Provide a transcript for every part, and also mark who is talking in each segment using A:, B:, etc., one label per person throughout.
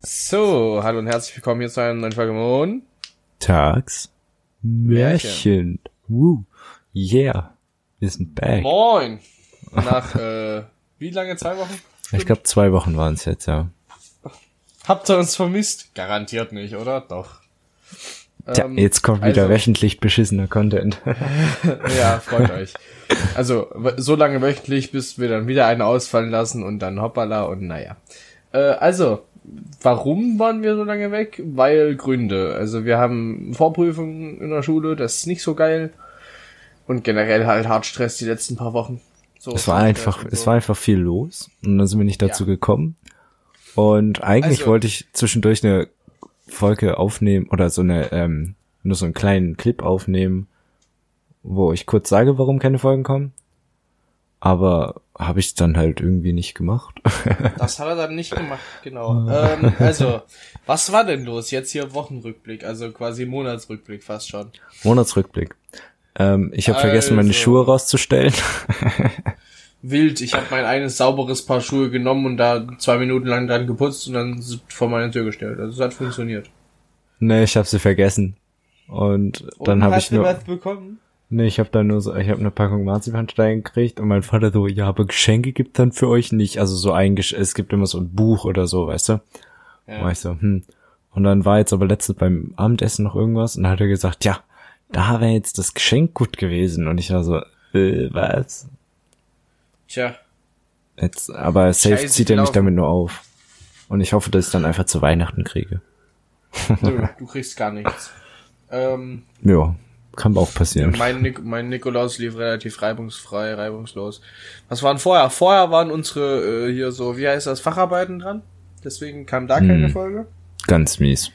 A: So, hallo und herzlich willkommen hier zu einem neuen Folge Moon.
B: Tags. Märchen. Woo. Yeah. Wir sind back.
A: Moin! Nach, äh, wie lange? Zwei Wochen?
B: Ich glaube, zwei Wochen waren es jetzt, ja.
A: Habt ihr uns vermisst? Garantiert nicht, oder? Doch.
B: Tja,
A: Ähm,
B: jetzt kommt wieder
A: also-
B: wöchentlich beschissener Content.
A: Ja, freut euch. Also, w- so lange wöchentlich, bis wir dann wieder einen ausfallen lassen und dann hoppala und naja. Äh, also, warum waren wir so lange weg? Weil Gründe. Also, wir haben Vorprüfungen in der Schule, das ist nicht so geil. Und generell halt Hartstress die letzten paar Wochen. So,
B: es war
A: Stress
B: einfach,
A: und
B: es
A: so.
B: war einfach viel los und dann sind wir nicht dazu gekommen. Und eigentlich
A: Also-
B: wollte ich zwischendurch eine Folge aufnehmen oder so eine, ähm, nur so einen kleinen Clip aufnehmen, wo ich kurz sage, warum keine Folgen kommen. Aber habe ich dann halt irgendwie nicht gemacht.
A: Das hat er dann nicht gemacht, genau. ähm, also, was war denn los? Jetzt hier Wochenrückblick, also quasi Monatsrückblick fast schon.
B: Monatsrückblick. Ähm, ich habe vergessen, meine
A: Also.
B: Schuhe rauszustellen.
A: Wild, ich habe mein eines sauberes Paar Schuhe genommen und da zwei Minuten lang dran geputzt und dann s- vor meine Tür gestellt. Also es hat funktioniert.
B: nee, ich habe sie vergessen. Und dann habe ich nur,
A: bekommen?
B: nee, ich habe dann nur so, ich habe eine Packung Marzipanstein gekriegt und mein Vater so, ja, aber Geschenke gibt dann für euch nicht. Also so ein, Gesch es gibt immer so ein Buch oder so, weißt du?
A: Ja.
B: War ich so, hm. Und dann war jetzt aber letztens beim Abendessen noch irgendwas und dann hat er gesagt, ja, da wäre jetzt das Geschenk gut gewesen. Und ich war so, äh, was?
A: Tja,
B: Jetzt, aber safe
A: Scheiße
B: zieht er
A: gelaufen.
B: mich damit nur auf. Und ich hoffe, dass ich dann einfach zu Weihnachten kriege.
A: du, du kriegst gar nichts. Ähm,
B: Ja, kann auch passieren.
A: mein, Nik mein Nikolaus lief relativ reibungsfrei, reibungslos. Was waren vorher? Vorher waren unsere äh, hier so, wie heißt das, Facharbeiten dran. Deswegen kam da keine
B: Hm.
A: Folge.
B: Ganz mies.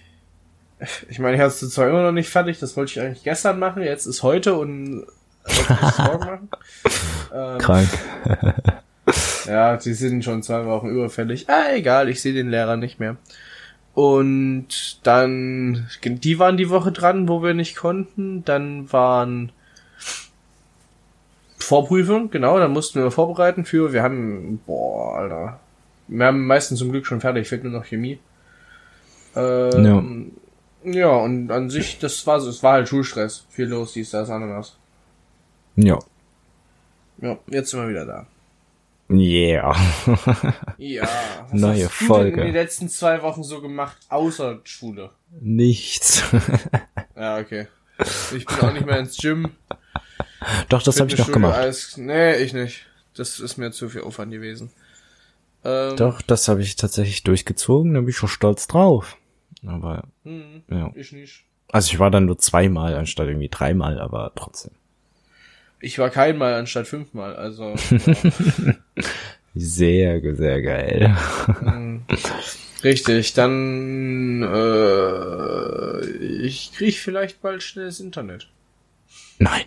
A: Ich meine, ich hast du zwar immer noch nicht fertig, das wollte ich eigentlich gestern machen, jetzt ist heute und jetzt muss ich morgen machen. Ähm,
B: Krank.
A: Ja, sie sind schon zwei Wochen überfällig. Ah, egal, ich sehe den Lehrer nicht mehr. Und dann, die waren die Woche dran, wo wir nicht konnten. Dann waren Vorprüfung, genau, dann mussten wir vorbereiten für, wir haben, boah, Alter. Wir haben meistens zum Glück schon fertig, fehlt nur noch Chemie. Ähm, ja. und an sich, das war so, es war halt Schulstress. Viel los, dies, das, anderes.
B: Ja.
A: Ja, jetzt sind wir wieder da.
B: Yeah.
A: Ja. Was
B: Neue
A: hast du
B: Folge.
A: denn in den letzten zwei Wochen so gemacht, außer Schule?
B: Nichts.
A: Ja, okay. Ich bin auch nicht mehr ins Gym.
B: doch, das habe ich doch
A: Fitnessstudio,
B: gemacht.
A: Alles, nee, ich nicht. Das ist mir zu viel Aufwand gewesen. Ähm,
B: Doch, das habe ich tatsächlich durchgezogen, da bin ich schon stolz drauf. Aber,
A: hm,
B: ja.
A: Ich nicht.
B: Also ich war dann nur zweimal anstatt irgendwie dreimal, aber trotzdem.
A: Ich war keinmal anstatt fünfmal, also.
B: Sehr, sehr geil.
A: ähm, richtig, dann äh, ich krieg vielleicht bald schnelles Internet.
B: Nein.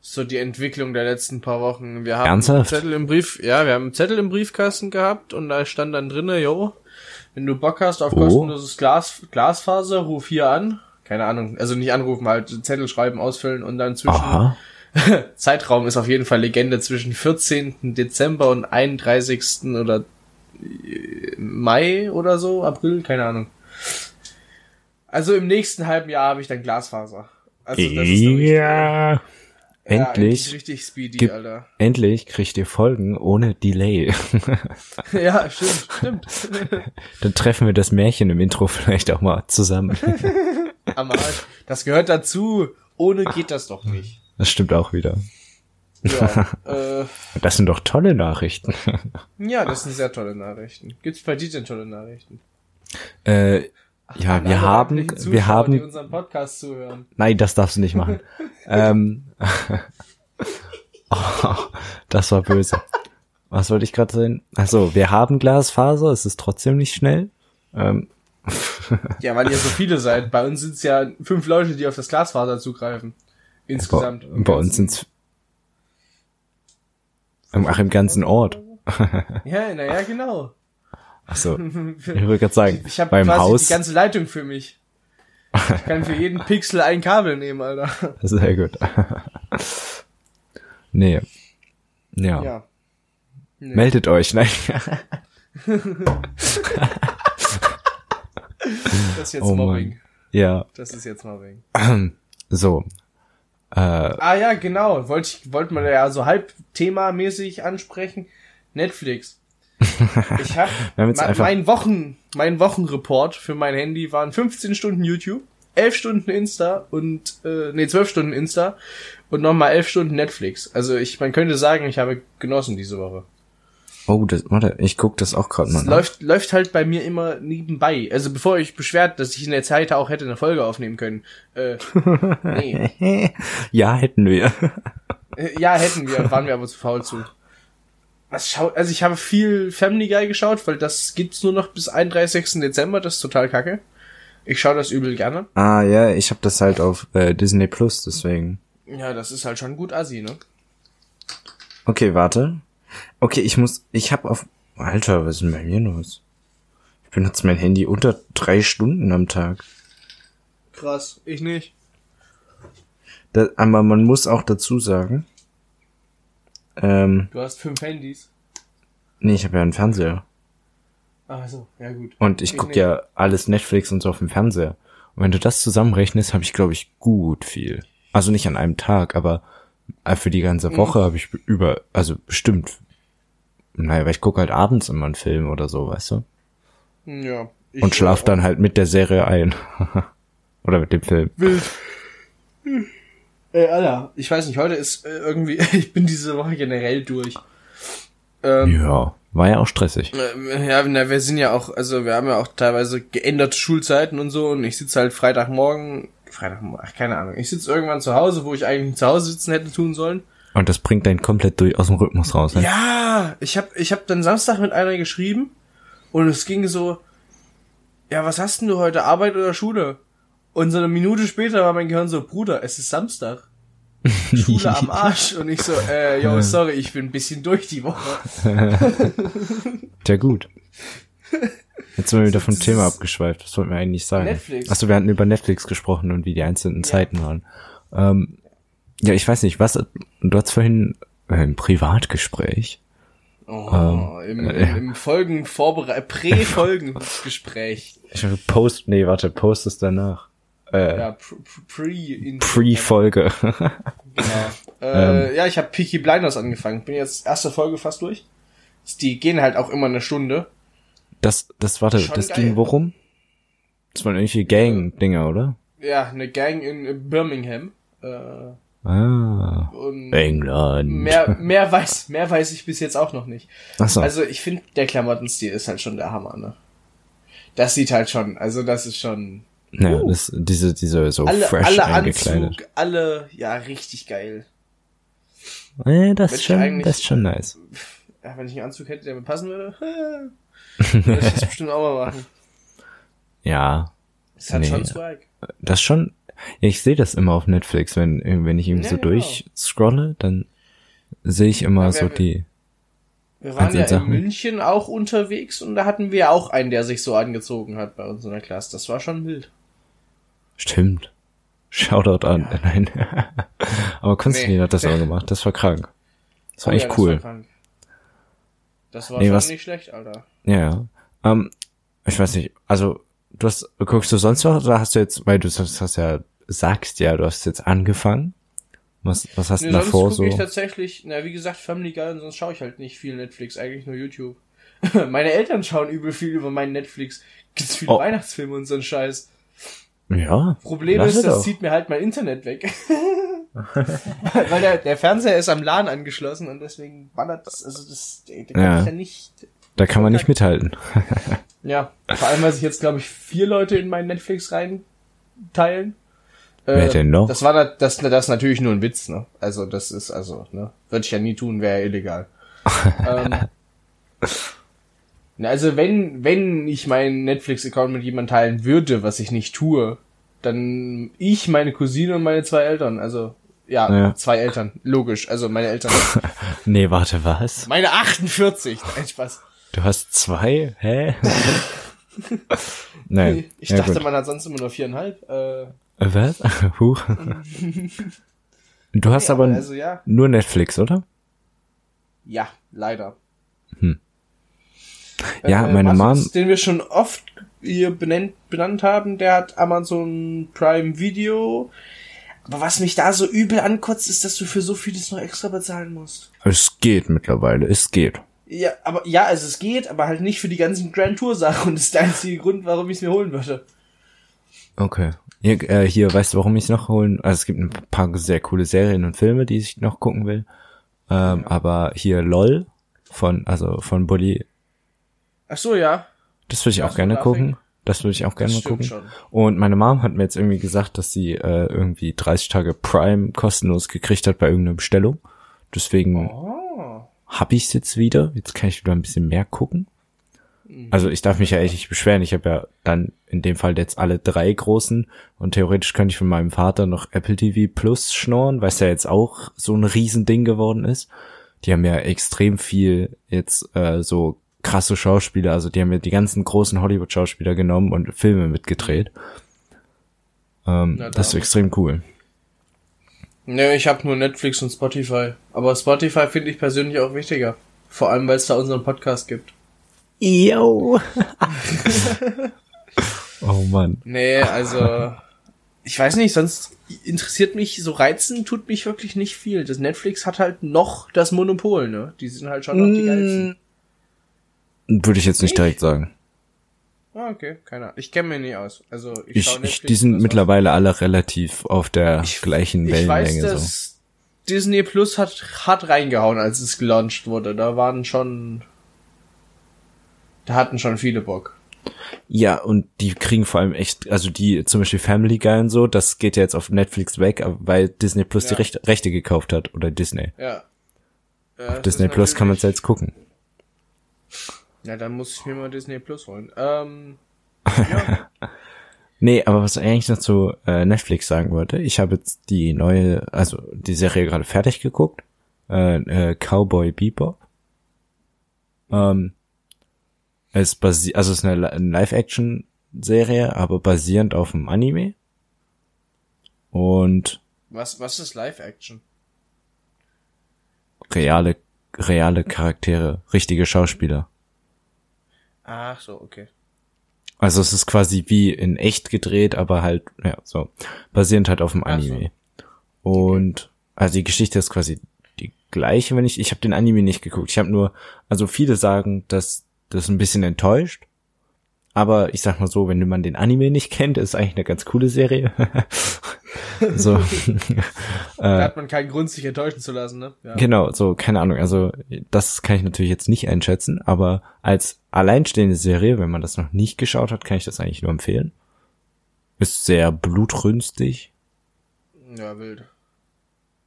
A: so die Entwicklung der letzten paar Wochen. Wir haben
B: Ernsthaft?
A: einen Zettel im Brief, ja, wir haben einen Zettel im Briefkasten gehabt und da stand dann drinne, jo, wenn du Bock hast auf
B: Oh.
A: kostenloses Glas, Glasfaser, ruf hier an. Keine Ahnung, also nicht anrufen, halt Zettel schreiben, ausfüllen und dann zwischen
B: Aha.
A: Zeitraum ist auf jeden Fall Legende zwischen 14. Dezember und 31. oder äh, Mai oder so, April, keine Ahnung. Also im nächsten halben Jahr habe ich dann Glasfaser. Also das ist doch richtig-
B: ja. Endlich.
A: ja, richtig speedy,
B: Gib-
A: Alter.
B: Endlich kriegt ihr Folgen ohne Delay.
A: Ja, stimmt, stimmt.
B: Dann treffen wir das Märchen im Intro vielleicht auch mal zusammen.
A: Am Arsch. Das gehört dazu. Ohne geht das doch nicht.
B: Das stimmt auch wieder.
A: Ja, äh,
B: Das sind doch tolle Nachrichten.
A: ja, das sind sehr tolle Nachrichten. Gibt's bei dir denn tolle Nachrichten?
B: Äh, ja,
A: An
B: wir
A: alle
B: haben,
A: weiblichen Zuschauer,
B: wir
A: die
B: haben,
A: unseren Podcast zuhören.
B: nein, das darfst du nicht machen. ähm, oh, das war böse. Was wollte ich gerade sagen? Also, wir haben Glasfaser, es ist trotzdem nicht schnell. Ähm,
A: Ja, weil ihr so viele seid. Bei uns sind's ja fünf Leute, die auf das Glasfaser zugreifen.
B: bei,
A: Insgesamt.
B: bei uns sind's, ach, im ganzen Ort.
A: Ja, naja, genau.
B: Ach so, ich wollte gerade sagen,
A: Ich habe
B: beim
A: quasi
B: Haus,
A: die ganze Leitung für mich. Ich kann für jeden Pixel ein Kabel nehmen, Alter.
B: sehr gut. nee. Ja. ne?
A: Ja.
B: Meldet euch, nein.
A: Das ist jetzt
B: Oh Mann.
A: Mobbing.
B: Ja.
A: Das ist jetzt Mobbing.
B: So. Äh,
A: Ah ja, genau. Wollte ich, wollte man ja so halb themamäßig ansprechen. Netflix. Ich hab,
B: Wir haben jetzt
A: mein,
B: einfach-
A: mein Wochen, mein Wochenreport für mein Handy waren 15 Stunden YouTube, 11 Stunden Insta und, äh, nee, 12 Stunden Insta und nochmal 11 Stunden Netflix. Also ich, man könnte sagen, ich habe genossen diese Woche.
B: oh, das, warte, ich guck das auch gerade mal.
A: Es
B: nach.
A: läuft, läuft halt bei mir immer nebenbei. Also bevor ihr euch beschwert, dass ich in der Zeit auch hätte eine Folge aufnehmen können. Äh, nee.
B: ja, hätten wir.
A: Äh, Ja, hätten wir, waren wir aber zu faul zu. Was schaut, also ich habe viel Family Guy geschaut, weil das gibt's nur noch bis 31. Dezember, das ist total kacke. Ich schaue das übel gerne.
B: ah, ja, ich habe das halt auf äh, Disney Plus, deswegen.
A: Ja, das ist halt schon gut assi, ne?
B: Okay, warte. Okay, ich muss, ich habe auf, Alter, was ist denn bei mir los? Ich benutze mein Handy unter drei Stunden am Tag.
A: Krass, ich nicht.
B: Das, aber man muss auch dazu sagen, ähm,
A: Du hast fünf Handys.
B: nee, ich habe ja einen Fernseher.
A: Ach so, ja gut.
B: Und ich
A: Ich
B: guck
A: nicht.
B: ja alles Netflix und so auf dem Fernseher. Und wenn du das zusammenrechnest, habe ich, glaube ich, gut viel. Also nicht an einem Tag, aber äh, für die
A: Mhm.
B: ganze Woche habe ich über, also bestimmt. Naja, weil ich guck halt abends immer einen Film oder so, weißt du?
A: Ja. Ich,
B: Und schlaf dann halt mit der Serie ein. oder mit dem Film.
A: Äh, Alter, ich weiß nicht, heute ist äh, irgendwie, ich bin diese Woche generell durch. Ähm,
B: Ja, war ja auch stressig.
A: Äh, Ja, na, wir sind ja auch, also wir haben ja auch teilweise geänderte Schulzeiten und so und ich sitze halt Freitagmorgen, Freitagmorgen, ach, keine Ahnung, ich sitze irgendwann zu Hause, wo ich eigentlich zu Hause sitzen hätte tun sollen.
B: Und das bringt einen komplett durch aus dem Rhythmus raus. Ne?
A: Ja, ich hab, ich hab dann Samstag mit einer geschrieben und es ging so, ja, was hast denn du heute, Arbeit oder Schule? Und so eine Minute später war mein Gehirn so, Bruder, es ist Samstag. Schule am Arsch. Und ich so, äh, yo, sorry, ich bin ein bisschen durch die Woche.
B: Ja gut. Jetzt sind wir wieder vom Thema abgeschweift. Was wollten wir eigentlich sagen?
A: Netflix.
B: Achso, wir hatten über Netflix gesprochen und wie die einzelnen Zeiten waren. Ähm, ja, ich weiß nicht, was, du hast vorhin äh, im Privatgespräch.
A: Oh,
B: Ähm,
A: im,
B: äh,
A: im, im Folgen äh, Prä-Folgengespräch.
B: Ich hab Post, nee, warte, Post ist danach. Äh,
A: Ja, pr- pr- Pre-In.
B: Pre-Folge.
A: Genau.
B: ähm.
A: Äh, ja, ich habe Peaky Blinders angefangen. Bin jetzt erste Folge fast durch. Die gehen halt auch immer eine Stunde.
B: Das, das, warte,
A: Schon
B: das
A: geil.
B: ging worum? Das waren irgendwelche Gang-Dinger, oder?
A: Ja, eine Gang in äh, Birmingham. Äh,
B: Ah.
A: und
B: England.
A: mehr, mehr weiß, mehr weiß ich bis jetzt auch noch nicht.
B: Achso.
A: Also ich finde, der Klamottenstil ist halt schon der Hammer, ne? Das sieht halt schon, also das ist schon
B: ja, das, diese, diese, so
A: uh. alle,
B: fresh
A: alle
B: eingekleidet.
A: Anzug, alle, ja, richtig geil.
B: Äh, das
A: Wenn
B: ist
A: ich
B: schon,
A: eigentlich-
B: das ist schon nice.
A: Ja, wenn ich einen Anzug hätte, der mir passen würde, würde ich das bestimmt auch mal machen.
B: Ja,
A: Das hat
B: Nee.
A: schon Swag.
B: das schon. Ja, ich sehe das immer auf Netflix, wenn, wenn ich irgendwie
A: Ja,
B: so
A: genau.
B: durchscrolle, dann sehe ich immer
A: Aber
B: so
A: wer-
B: die.
A: Wir waren
B: Also
A: ja in
B: Sachen-
A: München auch unterwegs und da hatten wir auch einen, der sich so angezogen hat bei uns in der Klasse. Das war schon wild.
B: Stimmt. Shoutout an. Nein. Aber Konstantin
A: Nee.
B: hat das auch gemacht. Das war krank. Das war
A: Oh ja,
B: echt cool.
A: Das war, krank. das war
B: Nee,
A: schon
B: was-
A: nicht schlecht, Alter.
B: Ja, ja. Ähm, ich weiß nicht, also du hast, guckst du sonst noch oder hast du jetzt, weil du hast, hast ja, sagst ja, du hast jetzt angefangen. Was, was hast du
A: Nee,
B: denn
A: sonst
B: davor
A: gucke
B: so?
A: ich tatsächlich, na wie gesagt, Family Guy und sonst schaue ich halt nicht viel Netflix, eigentlich nur YouTube. Meine Eltern schauen übel viel über meinen Netflix. Gibt's viele
B: Oh.
A: Weihnachtsfilme und so ein Scheiß.
B: Ja.
A: Problem
B: lass
A: ist,
B: doch.
A: das zieht mir halt mein Internet weg. Weil der, der Fernseher ist am LAN angeschlossen und deswegen ballert das, also das, der, der
B: Ja.
A: kann ich ja nicht.
B: Da kann man nicht mithalten.
A: Ja, vor allem, weil sich jetzt, glaube ich, vier Leute in meinen Netflix rein teilen.
B: Wer denn noch?
A: Das war na- das, das ist natürlich nur ein Witz, ne? Also das ist, also, ne? Würde ich ja nie tun, wäre ja illegal. ähm, na, also wenn, wenn ich meinen Netflix-Account mit jemandem teilen würde, was ich nicht tue, dann ich, meine Cousine und meine zwei Eltern. Also, ja,
B: Ja.
A: zwei Eltern, logisch. Also meine Eltern.
B: Nee, warte, was?
A: meine 48, nein, Spaß.
B: Du hast zwei? Hä? Nein.
A: Ich
B: ja,
A: dachte,
B: gut.
A: man hat sonst immer nur viereinhalb. Äh,
B: Äh, Was? Huch. Du hast
A: ja,
B: aber n-
A: also ja.
B: nur Netflix, oder?
A: Ja, leider.
B: Ja, meine Mom,
A: Äh, den wir schon oft hier benennt, benannt haben, der hat Amazon Prime Video. Aber was mich da so übel ankotzt, ist, dass du für so vieles noch extra bezahlen musst.
B: es geht mittlerweile, es geht.
A: Ja, aber ja, also es geht, aber halt nicht für die ganzen Grand Tour Sachen und das ist der einzige Grund, warum ich es mir holen würde.
B: Okay. Hier, äh, hier, weißt du, warum ich es noch holen? Also es gibt ein paar sehr coole Serien und Filme, die ich noch gucken will. Ähm, Aber hier LOL von, also von Bully,
A: Ach so, ja.
B: das würde ich
A: Ja,
B: auch gerne
A: so
B: gucken.
A: laughing.
B: Das würde ich auch gerne
A: Das
B: mal
A: stimmt
B: gucken.
A: schon.
B: Und meine Mom hat mir jetzt irgendwie gesagt, dass sie äh, irgendwie 30 Tage Prime kostenlos gekriegt hat bei irgendeiner Bestellung. Deswegen
A: Oh.
B: habe ich es jetzt wieder. Jetzt kann ich wieder ein bisschen mehr gucken. Also ich darf mich ja echt nicht beschweren. Ich habe ja dann in dem Fall jetzt alle drei großen und theoretisch könnte ich von meinem Vater noch Apple TV Plus schnorren, weil es ja jetzt auch so ein Riesending geworden ist. Die haben ja extrem viel jetzt äh, so krasse Schauspieler, also die haben ja die ganzen großen Hollywood-Schauspieler genommen und Filme mitgedreht. Ähm,
A: Na,
B: das ist
A: da-
B: extrem cool.
A: Nö, Ne, ich habe nur Netflix und Spotify. Aber Spotify finde ich persönlich auch wichtiger. Vor allem, weil es da unseren Podcast gibt.
B: Yo. oh Mann.
A: Nee, also. Ich weiß nicht, sonst interessiert mich, so reizen tut mich wirklich nicht viel. Das Netflix hat halt noch das Monopol, ne? Die sind halt schon noch
B: Mm.
A: die geilsten.
B: Würde ich jetzt nicht direkt sagen.
A: Ah, okay, keine Ahnung. Ich kenne mir nicht aus. Also ich,
B: Ich,
A: schau
B: ich,
A: Netflix
B: die sind
A: das
B: mittlerweile alle relativ auf der gleichen
A: Ich weiß,
B: Wellenlänge. so.
A: dass Disney Plus hat hart reingehauen, als es gelauncht wurde. Da waren schon. Da hatten schon viele Bock.
B: Ja, und die kriegen vor allem echt, also die zum Beispiel Family Guy und so, das geht ja jetzt auf Netflix weg, aber weil Disney Plus die
A: Ja.
B: Rechte, Rechte gekauft hat oder Disney.
A: Ja. Äh, das
B: Disney
A: ist
B: Plus kann man
A: natürlich-
B: jetzt gucken.
A: Ja, dann muss ich mir mal Disney Plus holen. Ähm, ja.
B: Nee, aber was ich eigentlich noch zu äh, Netflix sagen wollte, ich habe jetzt die neue, also die Serie gerade fertig geguckt, äh, äh, Cowboy Bebop. Ähm, es basi also es ist eine Li- eine Live-Action-Serie, aber basierend auf dem Anime. Und
A: was, was ist Live-Action?
B: reale, reale Charaktere, richtige Schauspieler.
A: Ach so, okay.
B: Also es ist quasi wie in echt gedreht, aber halt, ja, so, basierend halt auf dem
A: Ach so.
B: Anime. Und, also die Geschichte ist quasi die gleiche, wenn ich, ich habe den Anime nicht geguckt. Ich habe nur, also viele sagen, dass das ein bisschen enttäuscht. Aber ich sag mal so, wenn man den Anime nicht kennt, ist eigentlich eine ganz coole Serie. so. Äh,
A: Da hat man keinen Grund, sich enttäuschen zu lassen, ne? Ja.
B: Genau, so, keine Ahnung. Also, das kann ich natürlich jetzt nicht einschätzen, aber als alleinstehende Serie, wenn man das noch nicht geschaut hat, kann ich das eigentlich nur empfehlen. Ist sehr blutrünstig.
A: Ja, wild.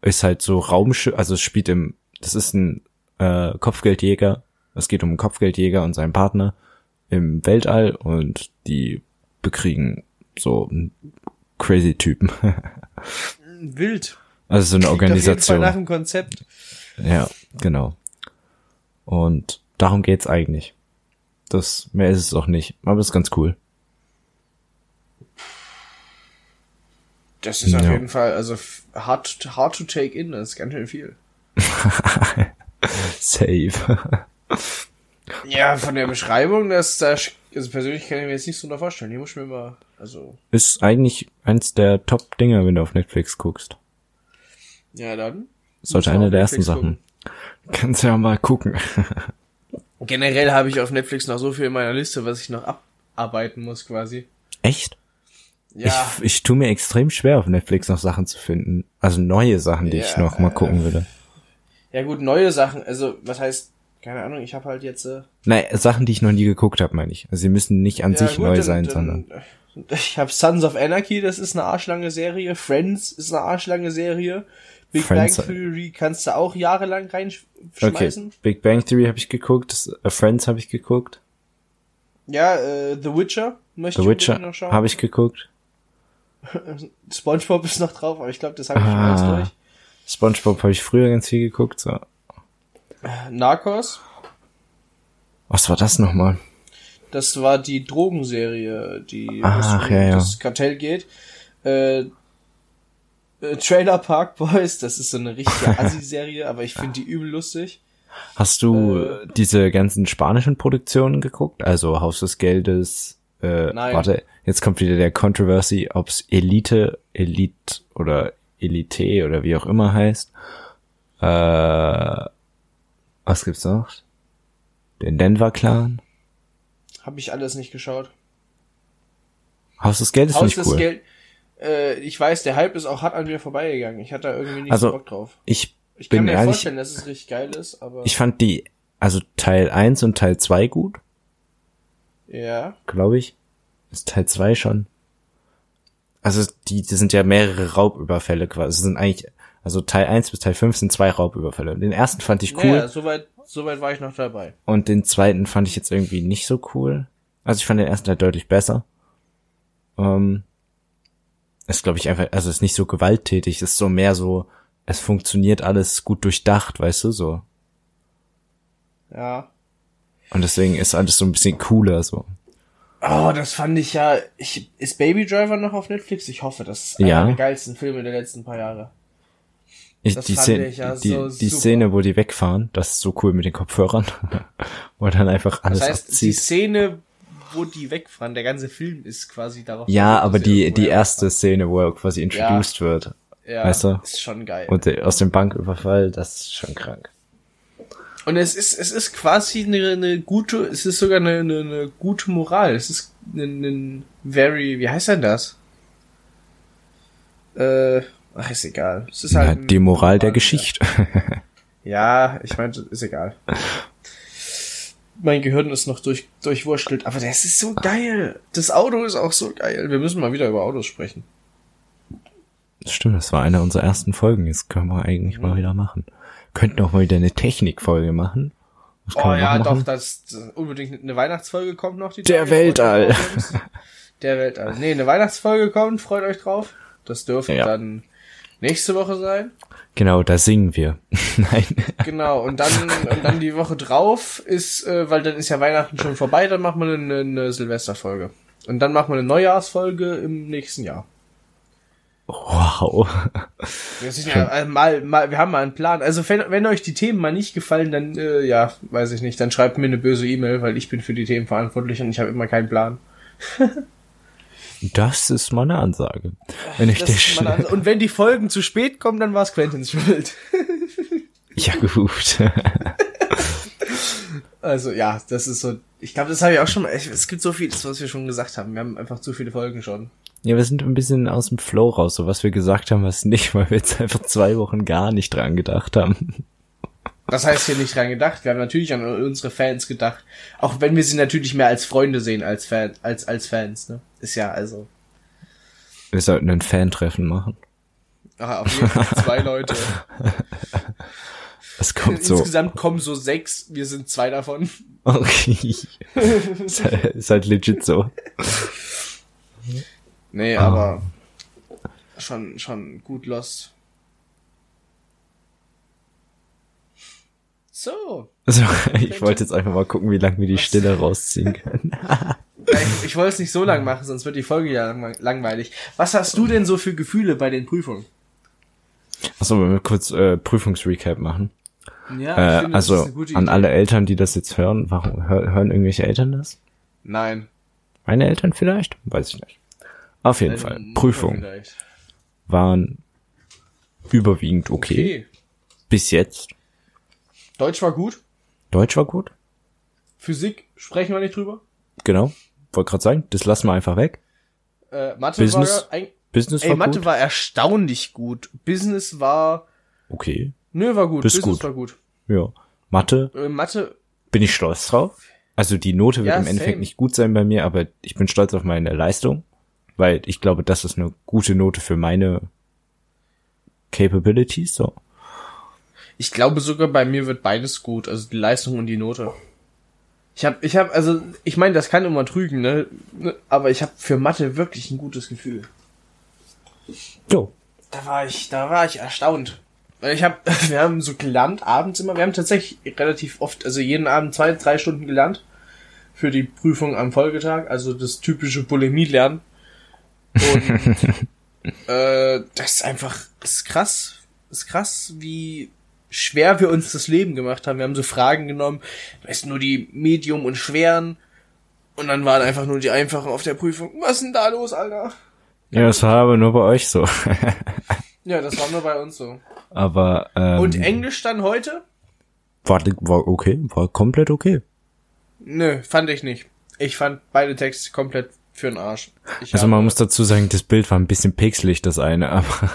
B: Ist halt so Raumschiff, also es spielt im, das ist ein äh, Kopfgeldjäger. Es geht um einen Kopfgeldjäger und seinen Partner im Weltall und die bekriegen so einen crazy Typen.
A: Wild.
B: Also so eine
A: Klingt Auf jeden Fall
B: Organisation.
A: nach dem Konzept.
B: Ja, genau. Und darum geht's eigentlich. Das mehr ist es auch nicht, aber ist ganz cool.
A: Das ist auf
B: Ja.
A: jeden Fall, also f- hard, to- hard to take in, das ist ganz schön viel.
B: Safe.
A: Ja, von der Beschreibung, das, da, sch- also persönlich kann ich mir jetzt nichts drunter vorstellen. Die muss ich mir mal, also,
B: Ist eigentlich eins der Top Dinger, wenn du auf Netflix guckst.
A: ja, dann.
B: Sollte
A: Muss man
B: eine
A: auf
B: der ersten
A: Netflix
B: Sachen. Kannst ja mal gucken.
A: Generell habe ich auf Netflix noch so viel in meiner Liste, was ich noch abarbeiten muss, quasi.
B: Echt?
A: Ja.
B: Ich, ich tue mir extrem schwer, auf Netflix noch Sachen zu finden. Also neue Sachen, die ich
A: Ja.
B: noch mal gucken würde.
A: Ja gut, neue Sachen, also was heißt, keine Ahnung, ich habe halt jetzt. Äh,
B: Nein, Sachen, die ich noch nie geguckt habe, meine ich. Also sie müssen nicht an
A: ja,
B: sich
A: gut,
B: neu
A: dann-
B: sein,
A: dann-
B: sondern.
A: Ich habe Sons of Anarchy, das ist eine arschlange Serie. Friends ist eine arschlange Serie. Big
B: Friends-
A: Bang Theory kannst du auch jahrelang
B: Okay,
A: reinschmeißen.
B: Big Bang Theory habe ich geguckt, das- äh, Friends habe ich geguckt.
A: Ja, äh, The Witcher möchte
B: The
A: ich unbedingt
B: Witcher
A: noch schauen.
B: habe ich geguckt.
A: SpongeBob ist noch drauf, aber ich glaube, das habe ich schon
B: Ah.
A: alles durch.
B: SpongeBob habe ich früher ganz viel geguckt. So.
A: Narcos,
B: Was war das nochmal?
A: das war die Drogenserie, die
B: Ach,
A: wo es
B: ja, ja.
A: das Kartell geht. Äh, äh, Trailer Park Boys, das ist so eine richtige Assi-Serie, aber ich finde die übel lustig.
B: Hast du
A: Äh.
B: diese ganzen spanischen Produktionen geguckt? Also Haus des Geldes, äh,
A: Nein.
B: warte, jetzt kommt wieder der Controversy, ob's Elite, Elite oder Elite oder wie auch immer heißt. Äh, was gibt's noch? Den Denver Clan.
A: Habe ich alles nicht geschaut.
B: Haus des Geldes
A: Haus
B: finde
A: des
B: ich cool.
A: Geld. Äh, ich weiß, der Hype ist auch hart an mir vorbeigegangen. Ich hatte da irgendwie nicht
B: Also,
A: so Bock drauf.
B: ich
A: Ich
B: bin
A: kann mir
B: ehrlich,
A: vorstellen, dass es richtig geil ist, aber
B: ich fand die, also Teil 1 und Teil 2 gut,
A: ja.
B: glaube ich. Ist Teil 2 schon. Also die, die sind ja mehrere Raubüberfälle quasi. Es sind eigentlich, also Teil 1 bis Teil 5 sind zwei Raubüberfälle. Den ersten fand ich cool
A: Naja, soweit soweit war ich noch dabei.
B: und den zweiten fand ich jetzt irgendwie nicht so cool. Also ich fand den ersten Teil deutlich besser. Ähm, ist glaube ich einfach, also ist nicht so gewalttätig, ist so mehr so, es funktioniert alles gut durchdacht, weißt du, so.
A: Ja.
B: Und deswegen ist alles so ein bisschen cooler so.
A: Oh, das fand ich ja. Ich, ist Baby Driver noch auf Netflix? Ich hoffe, das ist
B: Ja.
A: einer der geilsten Filme der letzten paar Jahre.
B: Ich,
A: Das
B: die
A: fand
B: Szene,
A: ich ja
B: die,
A: so
B: die
A: super.
B: Szene, wo die wegfahren, das ist so cool mit den Kopfhörern, wo dann einfach alles
A: Das heißt, die
B: abzieht.
A: Szene, wo die wegfahren, der ganze Film ist quasi darauf.
B: Ja,
A: bedacht,
B: aber
A: dass sie
B: die,
A: irgendwo
B: die
A: herfahren.
B: erste Szene, wo er quasi introduced wird
A: ja,
B: weißt du?
A: ist schon geil. Und,
B: und der- aus dem Banküberfall, das ist schon krank.
A: es ist, es ist quasi eine, eine gute, es ist sogar eine, eine, eine gute Moral. Es ist ein, ein very, wie heißt denn das? Äh, ach, ist egal. Es ist halt
B: Ja,
A: ein-
B: die Moral der
A: ja.
B: Geschichte.
A: Ja, ich meine, ist egal. Mein Gehirn ist noch durch, durchwurschtelt, aber das ist so geil. Das Auto ist auch so geil. Wir müssen mal wieder über Autos sprechen.
B: Stimmt, das war eine unserer ersten Folgen. Das können wir eigentlich
A: Mhm.
B: mal wieder machen. Könnten auch mal wieder eine Technikfolge machen. Das
A: Oh
B: können wir
A: ja,
B: noch
A: doch,
B: machen.
A: das das- unbedingt eine Weihnachtsfolge kommt noch. Die
B: Der
A: Tage, freut euch
B: Weltall.
A: drauf, Jungs. Der Weltall. Nee, eine Weihnachtsfolge kommt, freut euch drauf. Das dürfte
B: Ja.
A: dann nächste Woche sein.
B: Genau, da singen wir. Nein.
A: Genau, und dann, und dann die Woche drauf ist, äh, weil dann ist ja Weihnachten schon vorbei, dann machen wir eine, eine Silvesterfolge. Und dann machen wir eine Neujahrsfolge im nächsten Jahr.
B: Wow.
A: Wir, sind ja, äh, mal, mal, wir haben mal einen Plan. Also wenn, wenn euch die Themen mal nicht gefallen, dann äh, ja, weiß ich nicht, dann schreibt mir eine böse E-Mail, weil ich bin für die Themen verantwortlich und ich habe immer keinen Plan.
B: Das ist mal eine Ansage. Wenn ich
A: Das
B: der
A: ist mal eine
B: Sch-
A: andere- und wenn die Folgen zu spät kommen, dann war es Quentins Schuld.
B: Ja, gut.
A: Also ja, das ist so. Ich glaube, das habe ich auch schon mal. Ich, es gibt so vieles, was wir schon gesagt haben. Wir haben einfach zu viele Folgen schon.
B: Ja, wir sind ein bisschen aus dem Flow raus, so was wir gesagt haben, was nicht, weil wir jetzt einfach zwei Wochen gar nicht dran gedacht haben.
A: Das heißt hier nicht dran gedacht. Wir haben natürlich an unsere Fans gedacht. Auch wenn wir sie natürlich mehr als Freunde sehen als Fan, als als Fans. Ne? Ist ja also.
B: Wir sollten ein Fan-Treffen machen.
A: Ah, auf jeden Fall zwei Leute.
B: Es kommt so.
A: Insgesamt kommen so sechs. Wir sind zwei davon.
B: Okay. ist, halt, ist halt legit so.
A: Nee,
B: Ah.
A: aber schon schon gut lost. So.
B: Also, ich wollte jetzt einfach mal gucken, wie lange wir die Stille rausziehen können.
A: Ja, Ich, ich wollte es nicht so lang machen, sonst wird die Folge ja langwe- langweilig. Was hast du denn so für Gefühle bei den Prüfungen?
B: Achso, wollen wir kurz äh, Prüfungsrecap machen?
A: Ja,
B: Äh, also, an alle Eltern, die das jetzt hören, warum hör, hören irgendwelche Eltern das?
A: Nein.
B: Meine Eltern vielleicht? Weiß ich nicht. Auf
A: Ähm,
B: jeden Fall.
A: Äh,
B: Prüfungen
A: Vielleicht.
B: waren überwiegend okay.
A: Okay.
B: Bis jetzt.
A: Deutsch war gut.
B: Deutsch war gut,
A: Physik sprechen wir nicht drüber.
B: genau. Wollte gerade sagen, das lassen wir einfach weg.
A: Äh, Mathe
B: Business,
A: war ein,
B: Business
A: ey,
B: war
A: Mathe
B: gut.
A: war erstaunlich gut. Business war
B: okay,
A: nö war gut.
B: Das ist
A: Business
B: gut.
A: war gut.
B: ja. Mathe
A: Äh, Mathe
B: bin ich stolz drauf. Also die Note wird
A: Ja,
B: im Endeffekt
A: same.
B: nicht gut sein bei mir, aber ich bin stolz auf meine Leistung, weil ich glaube, das ist eine gute Note für meine Capabilities. So.
A: Ich glaube sogar bei mir wird beides gut, also die Leistung und die Note. Ich habe ich habe also ich meine, das kann immer trügen, ne, Ne, aber ich habe für Mathe wirklich ein gutes Gefühl.
B: Jo.
A: Da war ich, da war ich erstaunt. Weil Ich habe wir haben so gelernt abends immer, wir haben tatsächlich relativ oft, also jeden Abend zwei, drei Stunden gelernt für die Prüfung am Folgetag, also das typische Bulimie lernen. Und äh, das ist einfach ist krass, ist krass, wie schwer wir uns das Leben gemacht haben. Wir haben so Fragen genommen, weißt du, nur die Medium und Schweren. Und dann waren einfach nur die Einfachen auf der Prüfung. Was ist denn da los, Alter?
B: Ja, das war aber nur bei euch so.
A: Ja, das war nur bei uns so.
B: aber ähm,
A: Und Englisch dann heute?
B: war, war okay, war komplett okay.
A: Nö, fand ich nicht. Ich fand beide Texte komplett für den Arsch. Ich
B: Also
A: hab-
B: man muss dazu sagen, das Bild war ein bisschen pixelig, das eine, aber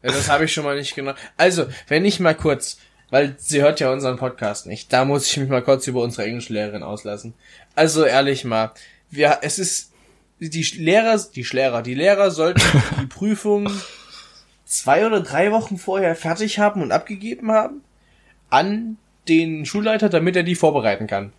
A: Ja, das habe ich schon mal nicht genau. Also, wenn ich mal kurz, weil sie hört ja unseren Podcast nicht, da muss ich mich mal kurz über unsere Englischlehrerin auslassen. Also ehrlich mal, wir, es ist die Sch- Lehrer, die Sch- Lehrer, die Lehrer sollten die Prüfung zwei oder drei Wochen vorher fertig haben und abgegeben haben an den Schulleiter, damit er die vorbereiten kann.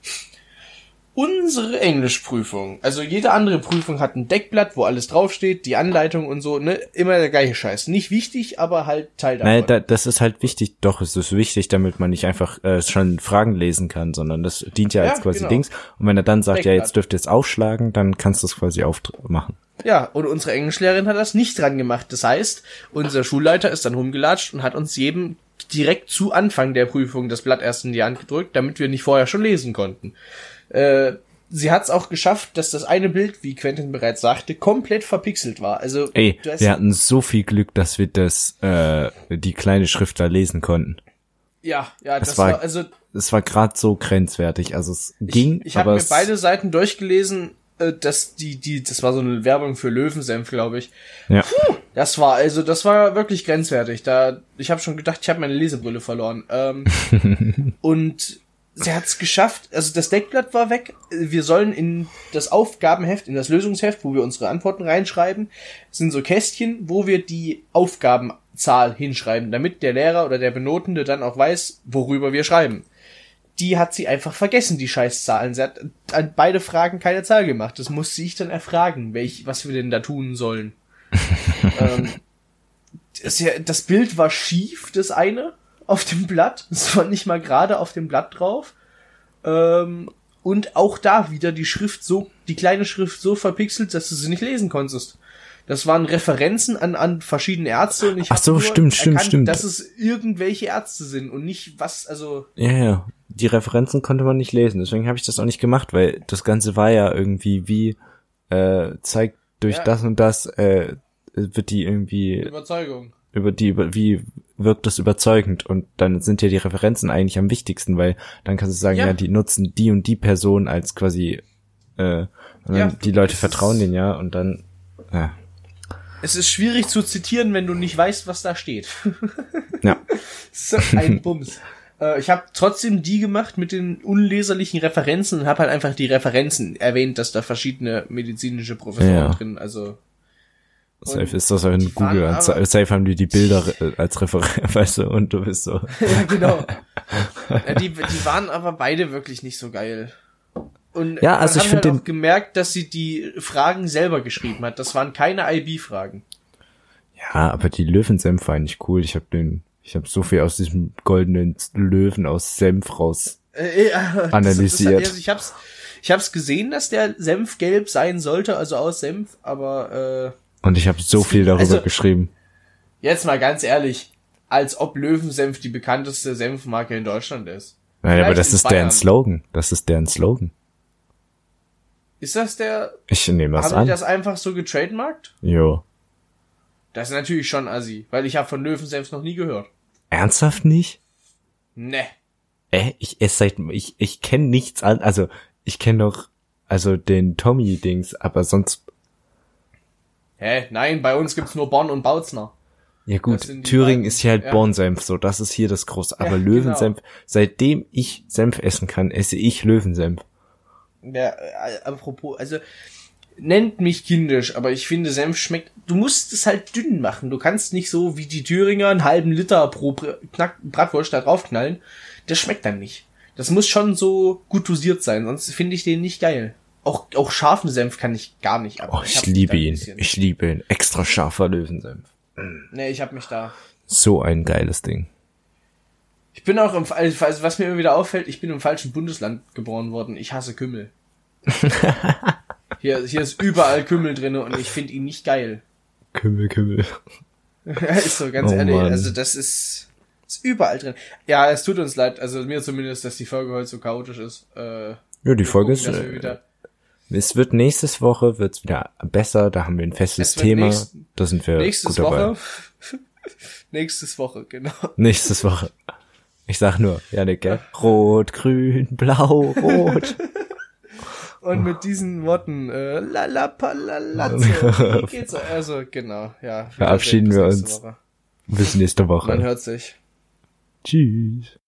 A: Unsere Englischprüfung, also jede andere Prüfung hat ein Deckblatt, wo alles draufsteht, die Anleitung und so, ne, immer der gleiche Scheiß. Nicht wichtig, aber halt Teil davon.
B: nein, da, das ist halt wichtig. Doch, es ist wichtig, damit man nicht einfach äh, schon Fragen lesen kann, sondern das dient ja,
A: Ja,
B: als quasi
A: genau.
B: Dings. Und wenn er dann sagt, ja,
A: Deckblatt.
B: jetzt dürft ihr es aufschlagen, dann kannst du es quasi aufmachen.
A: Ja, und unsere Englischlehrerin hat das nicht dran gemacht. Das heißt, unser Schulleiter ist dann rumgelatscht und hat uns jedem direkt zu Anfang der Prüfung das Blatt erst in die Hand gedrückt, damit wir nicht vorher schon lesen konnten. Äh, sie hat es auch geschafft, dass das eine Bild, wie Quentin bereits sagte, komplett verpixelt war. Also
B: Ey,
A: du hast-
B: wir hatten so viel Glück, dass wir das, äh, die kleine Schrift da lesen konnten.
A: ja, ja, das
B: war-
A: war also
B: Es war gerade so grenzwertig. Also es ging,
A: Ich habe
B: aber
A: mir
B: es,
A: beide Seiten durchgelesen, äh, dass die die das war so eine Werbung für Löwensenf, glaube ich.
B: ja.
A: Das war also das war wirklich grenzwertig. Da ich habe schon gedacht, ich habe meine Lesebrille verloren. Ähm, und sie hat es geschafft. Also das Deckblatt war weg. Wir sollen in das Aufgabenheft, in das Lösungsheft, wo wir unsere Antworten reinschreiben, sind so Kästchen, wo wir die Aufgabenzahl hinschreiben, damit der Lehrer oder der Benotende dann auch weiß, worüber wir schreiben die hat sie einfach vergessen, die Scheißzahlen. Sie hat an beide Fragen keine Zahl gemacht. Das musste ich dann erfragen, welch, was wir denn da tun sollen. ähm, das, ja, das Bild war schief, das eine, auf dem Blatt. Es war nicht mal gerade auf dem Blatt drauf. Ähm, und auch da wieder die Schrift so, die kleine Schrift so verpixelt, dass du sie nicht lesen konntest. Das waren Referenzen an, an verschiedene Ärzte und ich
B: Ach
A: hab
B: so,
A: nur
B: stimmt, stimmt,
A: erkannt,
B: stimmt.
A: dass es irgendwelche Ärzte sind und nicht was, also
B: Ja, ja. Die Referenzen konnte man nicht lesen, deswegen habe ich das auch nicht gemacht, weil das Ganze war ja irgendwie wie, äh, zeigt durch
A: Ja.
B: das und das, äh, wird die irgendwie
A: Überzeugung.
B: über die, über, wie wirkt das überzeugend und dann sind ja die Referenzen eigentlich am wichtigsten, weil dann kannst du sagen, ja,
A: Ja.
B: die nutzen die und die Person als quasi, äh, und
A: Ja,
B: dann die Leute
A: das
B: vertrauen
A: ist-
B: denen ja und dann, ja.
A: Es ist schwierig zu zitieren, wenn du nicht weißt, was da steht.
B: ja.
A: so ein Bums. Äh, Ich habe trotzdem die gemacht mit den unleserlichen Referenzen und habe halt einfach die Referenzen erwähnt, dass da verschiedene medizinische Professoren
B: Ja.
A: drin, also
B: Safe ist das auch in
A: waren
B: Google.
A: aber-
B: Safe haben die die Bilder äh, als Referenz, weißt du, und du bist so.
A: ja, genau. ja, die, die waren aber beide wirklich nicht so geil. Und
B: Ja, also
A: man
B: ich
A: hat halt
B: find den-
A: auch gemerkt, dass sie die Fragen selber geschrieben hat. Das waren keine IB-Fragen.
B: Ja, ah, aber die Löwensenf war eigentlich cool. Ich habe den, ich habe so viel aus diesem goldenen Löwen aus Senf raus.
A: Äh, ja, das-
B: Analysiert.
A: Das, also ich hab's, ich hab's gesehen, dass der Senf gelb sein sollte, also aus Senf, aber
B: Und ich habe so viel darüber
A: Also-
B: geschrieben.
A: äh, jetzt mal ganz ehrlich, als ob Löwensenf die bekannteste Senfmarke in Deutschland ist.
B: Nein, aber
A: vielleicht
B: das
A: in
B: ist deren
A: Bayern.
B: Slogan. Das ist deren Slogan.
A: Ist das der?
B: Ich nehme das
A: haben die
B: an.
A: das einfach so getrademarkt?
B: jo.
A: Das ist natürlich schon assi, weil ich habe von Löwensenf noch nie gehört.
B: Ernsthaft nicht?
A: Ne.
B: Äh, ich esse seit, ich, ich kenne nichts an, also, ich kenne noch, also den Tommy-Dings, aber sonst,
A: Hä? Nein, bei uns gibt's nur Bonn und Bautzner.
B: ja gut,
A: Das sind die
B: Thüringen
A: beiden,
B: ist hier halt
A: ja.
B: Bornsenf, so, das ist hier das Große. Aber
A: genau.
B: Löwensenf, seitdem ich Senf essen kann, esse ich Löwensenf.
A: Ja, äh, apropos, also nennt mich kindisch, aber ich finde Senf schmeckt. Du musst es halt dünn machen. Du kannst nicht so wie die Thüringer einen halben Liter pro Br- Knack Bratwurst da draufknallen. Das schmeckt dann nicht. Das muss schon so gut dosiert sein, sonst finde ich den nicht geil. Auch auch scharfen Senf kann ich gar nicht ab.
B: Oh, ich,
A: hab mich da
B: liebe
A: ein
B: ihn.
A: bisschen-
B: Ich liebe ihn. Extra scharfer Löwensenf.
A: nee, ich habe mich da.
B: So ein geiles Ding.
A: Ich bin auch im Fa- also was mir immer wieder auffällt, ich bin im falschen Bundesland geboren worden. Ich hasse Kümmel. hier, hier ist überall Kümmel drinne und ich finde ihn nicht geil.
B: Kümmel, Kümmel.
A: Ja, ist so, ganz
B: Oh
A: ehrlich.
B: Mann.
A: Also das ist. Ist überall drin. Ja, es tut uns leid, also mir zumindest, dass die Folge heute so chaotisch ist. Äh,
B: Ja, die
A: wir gucken,
B: Folge ist.
A: dass wir
B: Äh,
A: wieder-
B: es wird nächstes Woche wird's wieder besser. Da haben wir ein festes
A: Es wird
B: Thema.
A: nächst-
B: da sind wir
A: nächstes
B: gut dabei.
A: Woche. nächstes Woche, genau.
B: Nächstes Woche. Ich sag nur, Janik, gell? Rot, grün, blau, rot.
A: Und mit diesen Worten, äh, lalapalazzo, wie geht's? Also, genau, ja.
B: Verabschieden
A: Wiedersehen, bis
B: wir
A: nächste
B: uns.
A: Woche.
B: Bis nächste
A: Man
B: Woche.
A: hört sich.
B: Tschüss.